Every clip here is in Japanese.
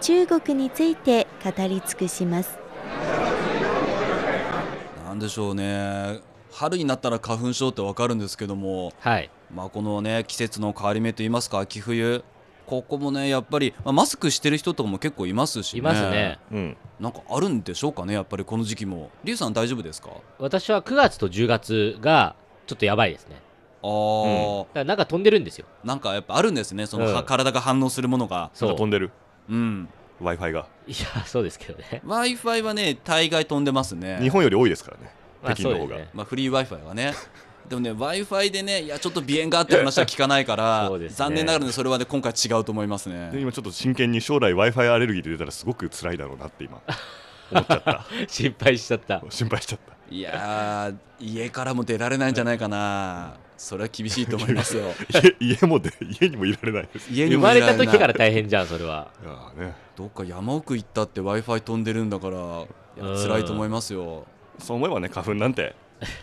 中国について語り尽くします。なんでしょうね春になったら花粉症ってわかるんですけどもはいまあこのね季節の変わり目といいますか秋冬ここもねやっぱり、まあマスクしてる人とかも結構いますしねいますねうん、なんかあるんでしょうかねやっぱりこの時期もリュウさん大丈夫ですか私は9月と10月がちょっとやばいですねあー、だからなんか飛んでるんですよなんかやっぱあるんですねその、うんは体が反応するものがちそょっと飛うんでるうん w i f i がいやそうですけ どね w i f i はね大概飛んでますね日本より多いですからねまあ北京の方そうがですねまあ、フリー w i f i はねでもね w i f i でねいやちょっと鼻炎があって話は聞かないから、そうですね残念ながらねそれはね今回違うと思いますでね今ちょっと真剣に将来 w i f i アレルギーで出たらすごく辛いだろうな って今思っちゃった心配しちゃった心配しちゃったいやー家からも出られないんじゃないかなそれは厳しいと思いますよ家家もで家にもいられないです家に 生もまいれられたない時から大変じゃんそれはいやーねどっか山奥行ったって w i f i 飛んでるんだからいや辛いと思いますよそう思えばね花粉なんて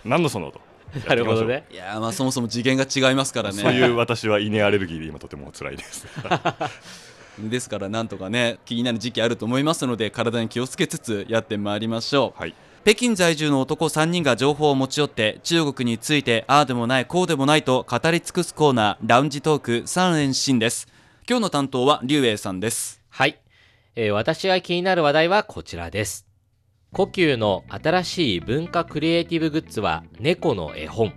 何のそのとなるほどねいやーまあそもそも次元が違いますからねそういう私は稲アレルギーで今とても辛 いですですからなんとかね気になる時期あると思いますので体に気をつけつつやってまいりましょうはい北京在住の男3人が情報を持ち寄って中国についてああでもないこうでもないと語り尽くすコーナーラウンジトーク3連新です今日の担当は劉英さんですはい、えー私が気になる話題はこちらです故宮の新しい文化クリエイティブグッズは猫の絵本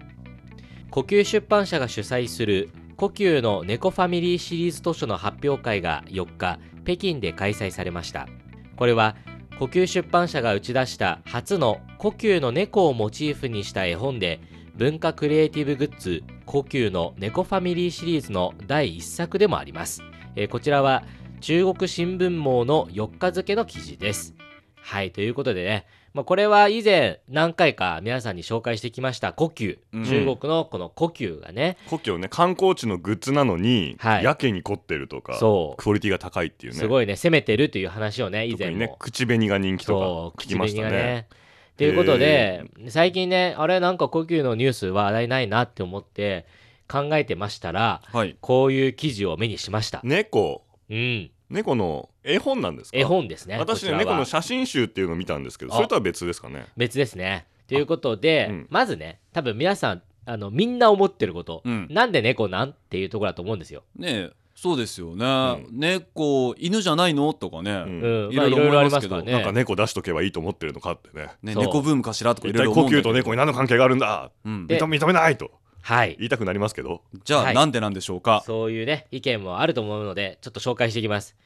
故宮出版社が主催する故宮の猫ファミリーシリーズ図書の発表会が4日北京で開催されましたこれは故宮出版社が打ち出した初の故宮の猫をモチーフにした絵本で文化クリエイティブグッズ故宮の猫ファミリーシリーズの第1作でもあります、えーこちらは中国新聞網の4日付の記事です。はい、ということでね、まあ、これは以前何回か皆さんに紹介してきました故宮、うん中国のこの故宮がね、故郷ね観光地のグッズなのに、はいやけに凝ってるとかそうクオリティが高いっていうねすごいね、攻めてるという話をね、以特前にも。ね口紅が人気そとう、か聞口きまし紅たがねね。ということで、最近ね、あれ、なんか故宮のニュースは話題ないなって思って考えてましたら、はいこういう記事を目にしました。猫うん、猫の絵本なんですか絵本ですね。私こちねらは猫の写真集っていうのを見たんですけどあそれとは別ですかね別ですね。ということで、あうんまずね、多分皆さん、あのみんな思ってること、うんなんで猫なんっていうところだと思うんですよ。ねえそうですよね、猫犬じゃないのとかね、うんうん、いまあろいいろろ思いろあいりまますすけかどらなんかね。猫出しとけばいいと思ってるのかってねねそう猫ブームかしらとかい一ろいろ体思呼うんだけ吸どと猫に何の関係があるんだうんで認め認めないとはい。言いたくなりますけどじゃあ、はいなんでなんでしょうかそういうね、意見もあると思うので、ちょっと紹介していきます。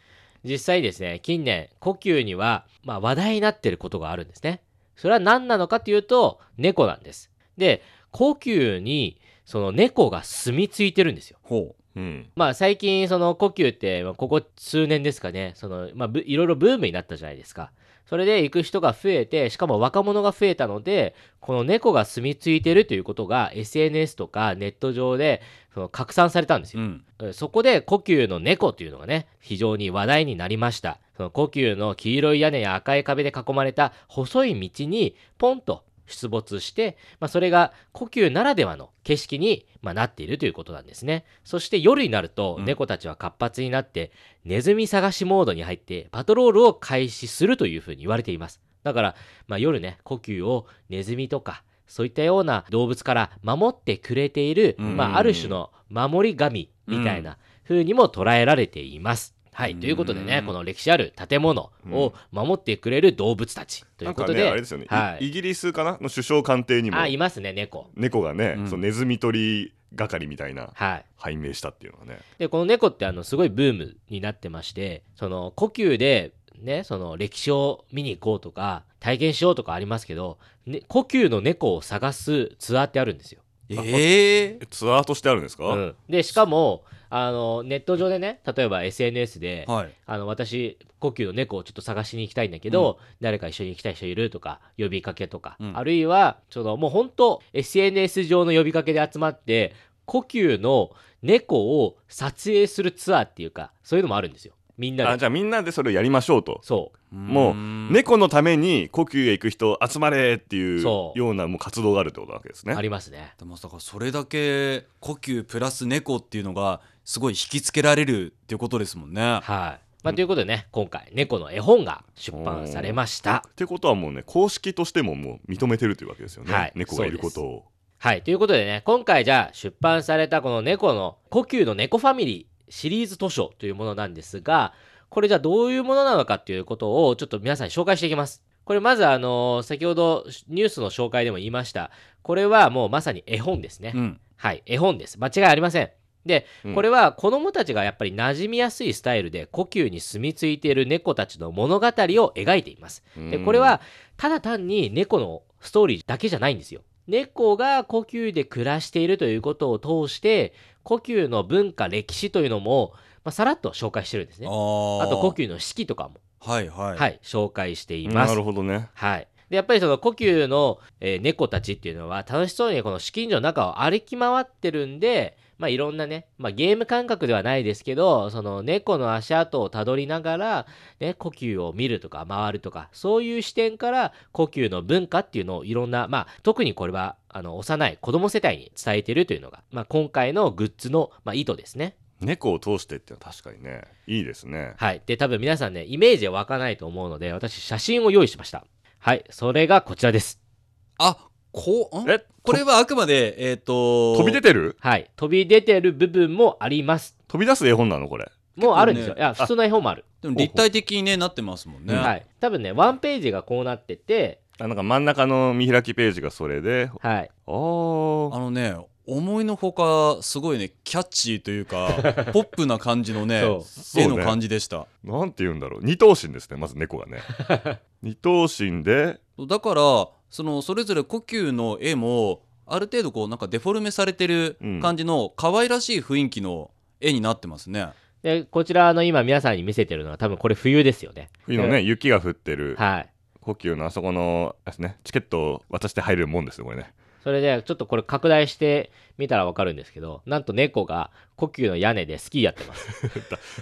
実際ですね、近年、故宮には、まあ、話題になってることがあるんですね。それは何なのかというと、猫なんです。で、故宮に、その猫が住み着いてるんですよ。ほうんまあ最近その故宮ってまあここ数年ですかねその、まあ、ぶいろいろブームになったじゃないですかそれで行く人が増えてしかも若者が増えたのでこの猫が住み着いてるということが SNS とかネット上でその拡散されたんですう、よ、ん、えそこで故宮の猫というのがね非常に話題になりましたその故宮の黄色い屋根や赤い壁で囲まれた細い道にポンと出没して、まあ、それが故宮ならではの景色に、まあ、なっているということなんですねそして夜になるとうん猫たちは活発になって、ネズミ探しモードに入ってパトロールを開始するというふうに言われていますだから、まあ、夜ね故宮をネズミとかそういったような動物から守ってくれている、うんまあ、ある種の守り神みたいな風にも捉えられています。はい、ということでうねん、この歴史ある建物を守ってくれる動物たちといなうんこかとねで、あれですよねいはい、イギリスかなの首相官邸にもあいますね猫。猫がねうんそのネズミ取り係みたいなはい、拝命したっていうのはねでこの猫ってあのすごいブームになってましてその故宮でねその歴史を見に行こうとか体験しようとかありますけど、ね、故宮の猫を探すツアーってあるんですよ。えええツアーとしてあるんですかうん、でしかもあのネット上でね例えば SNS で、はい。あの私呼吸の猫をちょっと探しに行きたいんだけど、誰か一緒に行きたい人いるとか呼びかけとか、うんあるいはちょっともう本当 SNS 上の呼びかけで集まって呼吸の猫を撮影するツアーっていうかそういうのもあるんですよみんなあでじゃあみんなでそれをやりましょうとそもううん猫のために故宮へ行く人集まれっていうそよううなもう活動があるってことなわけですう、ねありますねでもだからそれだけ呼吸プラス猫っていうのがすごい引きつけられるっていうことですもんね。はい、まあ、ということでね今回猫の絵本が出版されましたってことはもうね公式としてももう認めてるというわけですよね、はい猫がいることをはい。ということでね、今回じゃあ出版されたこの猫の、呼吸の猫ファミリーシリーズ図書というものなんですが、これじゃあどういうものなのかっていうことをちょっと皆さんに紹介していきます。これまずあのー先ほどニュースの紹介でも言いました。これはもうまさに絵本ですね。うん。はい。絵本です。間違いありません。で、うんこれは子供たちがやっぱり馴染みやすいスタイルで呼吸に住み着いている猫たちの物語を描いています。でこれはただ単に猫のストーリーだけじゃないんですよ。猫が呼吸で暮らしているということを通して呼吸の文化歴史というのも、まあ、さらっと紹介してるんですね。ああと呼吸。吸の式とかも、はいはい。はい、紹介していうんまなする。ほどねはい、でやっぱりその呼吸の、えー猫たちっていうのは楽しそうにこの資金所の中を歩き回ってるんで、まあ、いろんなね、まあ、ゲーム感覚ではないですけどその猫の足跡をたどりながら、ね、呼吸を見るとか回るとかそういう視点から呼吸の文化っていうのをいろんな、まあ、特にこれはあの幼い子供世帯に伝えてるというのが、まあ、今回のグッズの、まあ、意図ですね。猫を通してっていうのは確かにねいいですねはい。で、多分皆さんね、イメージは湧かないと思うので、私、写真を用意しました。はい。それがこちらです。あこうんえこれはあくまでえっ、と飛び出てるはい。飛び出てる部分もあります。飛び出す絵本なのこれもうあるんですよ。結いや、普通の絵本もある。でも立体的に、ね、なってますもんね。はい。多分ね、ワンページがこうなってて、あなんか真ん中の見開きページがそれではい。あーあのね思いのほかすごいねキャッチーという かポップな感じのねそそう絵ねの感じでした。なんて言うんだろう二頭身ですねまず猫 がね二頭身でだからそのそれぞれ呼吸の絵もある程度こうなんかデフォルメされてるうん感じの可愛らしい雰囲気の絵になってますね。で、こちら、あの、今皆さんに見せてるのは、多分これ冬ですよね。冬のね雪が降ってるはい。故宮のあそこのあれですねチケットを渡して入れるもんですよこれねそれで、ちょっとこれ拡大してみたらわかるんですけど、なんと猫が呼吸の屋根でスキーやってます。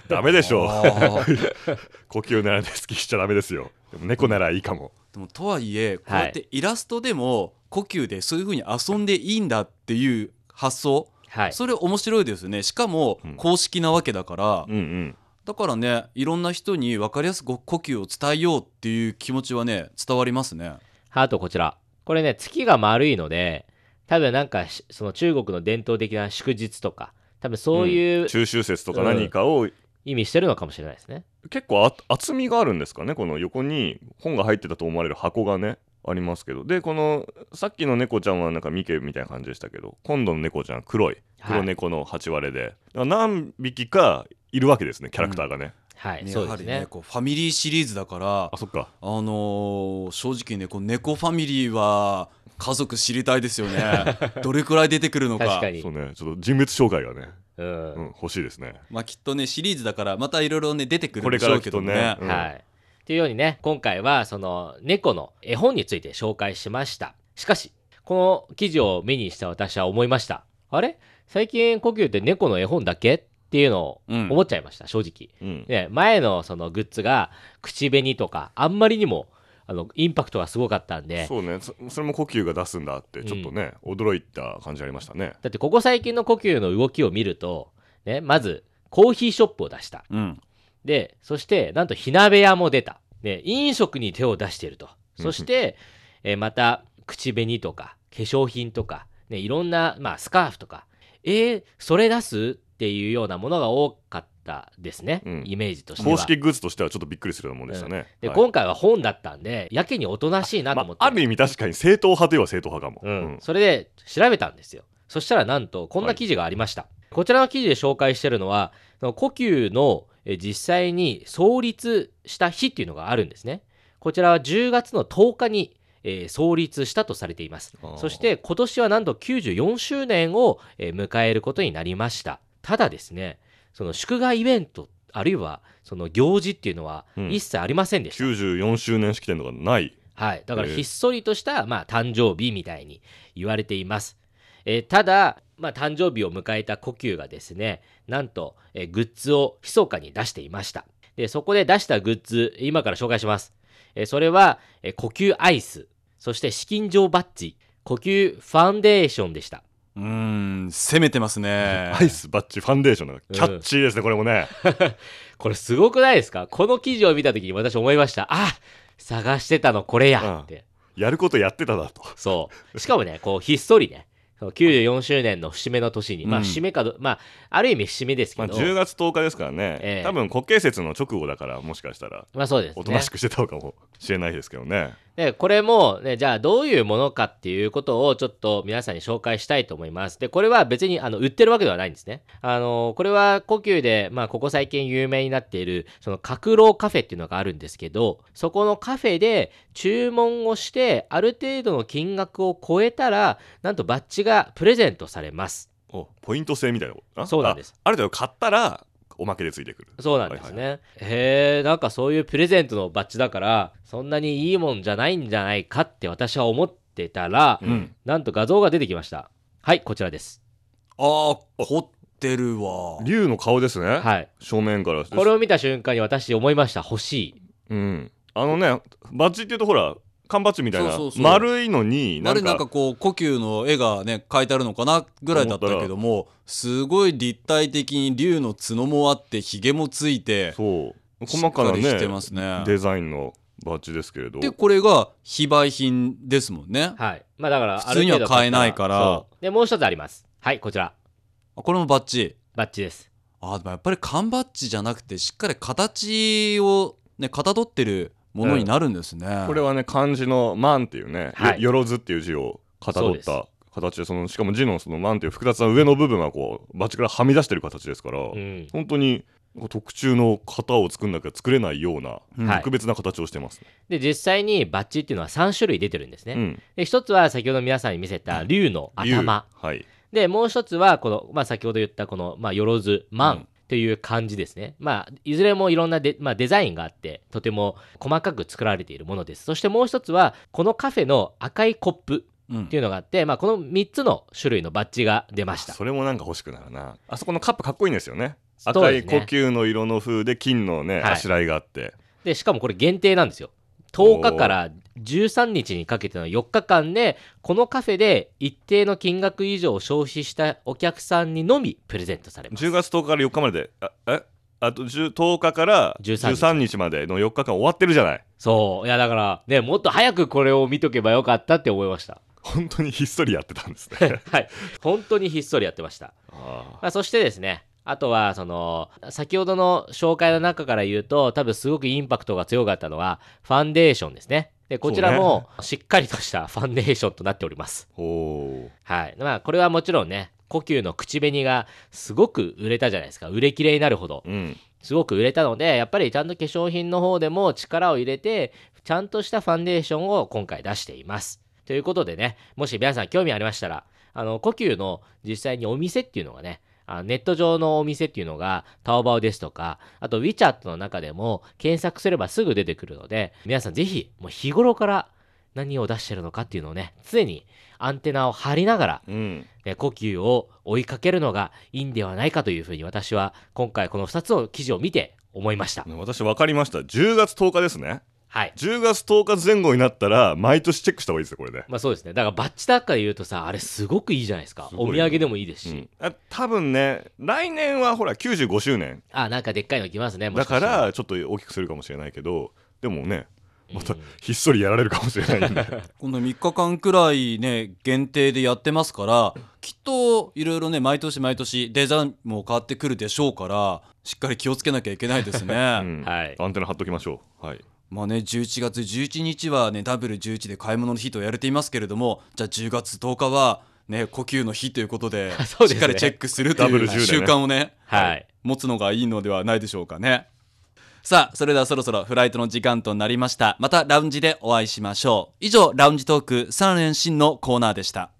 ダメでしょあうー 呼吸ならね好きしちゃダメですよでも猫ならいいかもでもとはいえこうやってイラストでも呼吸でそういう風に遊んでいいんだっていう発想、はい。それ面白いですよねしかもうん公式なわけだから、うんうんだからねいろんな人に分かりやすく呼吸を伝えようっていう気持ちはね伝わりますね。あとこちら。これね、月が丸いので、多分なんかし、その中国の伝統的な祝日とか、多分そういう中秋節とかうん何かを、意味してるのかもしれないですね。結構あ厚みがあるんですかねこの横に本が入ってたと思われる箱がねありますけどでこのさっきの猫ちゃんはなんかミケみたいな感じでしたけど今度の猫ちゃん黒い黒猫の8割で、だから何匹かいるわけですねキャラクターがね、はい、ねそうでやすはりねね。こうファミリーシリーズだからあそっかあのー正直ねこう猫ファミリーは家族知りたいですよ ねどれくらい出てくるのか確かにそう。ねちょっと人物紹介がね、うんうん、欲しいですねまあ、きっとねシリーズだからまたいろいろね出てくるこんでれしかょらうきけっとどねね、うんはい。というようにね、今回はその猫の絵本について紹介しました。しかし、この記事を目にした私は思いました。あれ最近呼吸って猫の絵本だけっていうのをうん思っちゃいました、正直。うんね、前のそのグッズが口紅とか、あんまりにもあのインパクトがすごかったんで、そうねそそれも呼吸が出すんだってちょっとね、驚いた感じありましたねだってここ最近の呼吸の動きを見ると、ね、まずコーヒーショップを出した。うんで、そして、なんと火鍋屋も出た。ね、飲食に手を出していると。そして、えーまた、口紅とか、化粧品とか、ね、いろんな、まあ、スカーフとか、えーそれ出すっていうようなものが多かったですね。うんイメージとしては。公式グッズとしてはちょっとびっくりするようなもんでしたね、で、はい今回は本だったんで、やけにおとなしいなと思って。まあ、ある意味確かに正統派といえば正統派かも、うんうんそれで調べたんですよ。そしたらなんとこんな記事がありました。こちらの記事で紹介してるのは、その呼吸のえ実際に創立した日っていうのがあるんですね。こちらは10月の10日に、えー創立したとされていますあ。ーそして今年はなんと94周年を、えー迎えることになりました。ただですねその祝賀イベントあるいはその行事っていうのはうん一切ありませんでした、 94周年式典とかないはい、だからええひっそりとした、まあ、誕生日みたいに言われています、えーただ、まあ、誕生日を迎えた呼吸がですねなんと、えーグッズを密かに出していましたでそこで出したグッズ今から紹介します、えーそれは、えー呼吸アイスそして資金状バッジ呼吸ファンデーションでしたうーん攻めてますねアイスバッジファンデーションなんかキャッチーですね、これもねこれすごくないですかこの記事を見た時に私思いましたあ探してたのこれやって、やることやってた だとそう。しかもね、こう、ひっそりね、その94周年の節目の年に、まあ、うん節目かど、まあ、ある意味節目ですけまあ、ど、 10月10日ですからね、ええ多分国慶節の直後だからもしかしたらまあそうですおとなねし。くしてたのかもしれないですけどねで、これも、ね、じゃあどういうものかっていうことをちょっと皆さんに紹介したいと思います。で、これは別に、あの、売ってるわけではないんですね。あの、これは、故宮で、まあ、ここ最近有名になっている、その、格老カフェっていうのがあるんですけど、そこのカフェで注文をして、ある程度の金額を超えたら、なんとバッジがプレゼントされます。おポイント制みたいなことあそうなんですあある程度買ったらおまけでついてくるそうなんですね。はへえ、なんかそういうプレゼントのバッジだから、そんなにいいもんじゃないんじゃないかって私は思ってたら、うんなんと画像が出てきました。はい、こちらです。あー凝ってるわ竜の顔ですね、はい。正面からこれを見た瞬間に私思いました。欲しい。うん、あのねバッジっていうとほら缶バッジみたいなそうそうそう丸いのにあなんれかなんかこう呼吸の絵がね描いてあるのかなぐらいだったけどもすごい立体的に竜の角もあってひげもついてそうし細っかかなりねしてますねデザインのバッジですけれどでこれが非売品ですもんねはい。まあだから、普通には買えないからある程度買ったそうで、もう一つあります。はい、こちら。あこれもバッチバッジです。あーでもやっぱり缶バッジじゃなくてしっかり形をねかたどってるものになるんですね、これはね漢字の「万」っていうね「はいよよろず」っていう字をかたどっそうた形でそのしかも字のその「万」っていう複雑な上の部分がこうバッジからはみ出してる形ですから、うん。本当に特注の型を作んなきゃ作れないようなうんはい特別な形をしてます、で、実際にバッジっていうのは3種類出てるんですね。うんで、一つは先ほど皆さんに見せた竜の頭。竜はいで、もう一つは、この、まあ、先ほど言った、この、まあ、よろず、まうんんという漢字ですね。まあ、いずれもいろんなデ,、まあ、デザインがあって、とても細かく作られているものです。そしてもう一つは、このカフェの赤いコップうんっていうのがあって、まあ、この3つの種類のバッジが出ました。それもなんか欲しくなるなあそこのカップかっこいいんですよねそう赤でいす呼ね吸の色の風で金のね、はいあしらいがあってで、しかもこれ限定なんですよ。10日から13日にかけての4日間で、このカフェで一定の金額以上を消費したお客さんにのみプレゼントされます。 10月10日から4日までであえあと 10, 10日から13 13日までの4日間終わってるじゃないそう。いや、だから、ね、もっと早くこれを見とけばよかったって思いました。本当にひっそりやってたんですね はい、本当にひっそりやってました、あまあ、そしてですねあとはその先ほどの紹介の中から言うと多分すごくインパクトが強かったのはファンデーションですねでこちらもしっかりとした ファンデーションとなっておりますーおーはいまあこれはもちろんね呼吸の口紅がすごく売れたじゃないですか売れきれになるほどうんすごく売れたのでやっぱりちゃんと化粧品の方でも力を入れてちゃんとしたファンデーションを今回出していますということでねもし皆さん興味ありましたらあの呼吸の実際にお店っていうのがねあネット上のお店っていうのがタオバオですとかあと WeChat の中でも検索すればすぐ出てくるので皆さんぜひもう日頃から何を出してるのかっていうのをね常にアンテナを張りながらうんえー呼吸を追いかけるのがいいんではないかというふうに私は今回この2つの記事を見て思いました。私分かりました10月10日ですねはい。 10月10日前後になったら毎年チェックした方がいいですよこれで、まあそうですね。だからバッチだから言うとさ、あれすごくいいじゃないですか。すごいおよ土産でもいいですうし。ん、あ多分ね来年はほら95周年あ、なんかでっかいの来ますね。もだしかしたらちょっと大きくするかもしれないけどでもねまたうんひっそりやられるかもしれないんでこの3日間くらいね限定でやってますからきっといろいろね毎年毎年デザインも変わってくるでしょうからしっかり気をつけなきゃいけないですね、 うんはいアンテナ張っときましょうはいまあね11月11日はねダブル11で買い物の日とやれていますけれどもじゃあ10月10日はね呼吸の日ということで そうしですねっかりチェックするとダブいルう10でね習慣をねはい。持つのがいいのではないでしょうかねさあそれではそろそろフライトの時間となりましたまたラウンジでお会いしましょう以上ラウンジトーク3連新のコーナーでした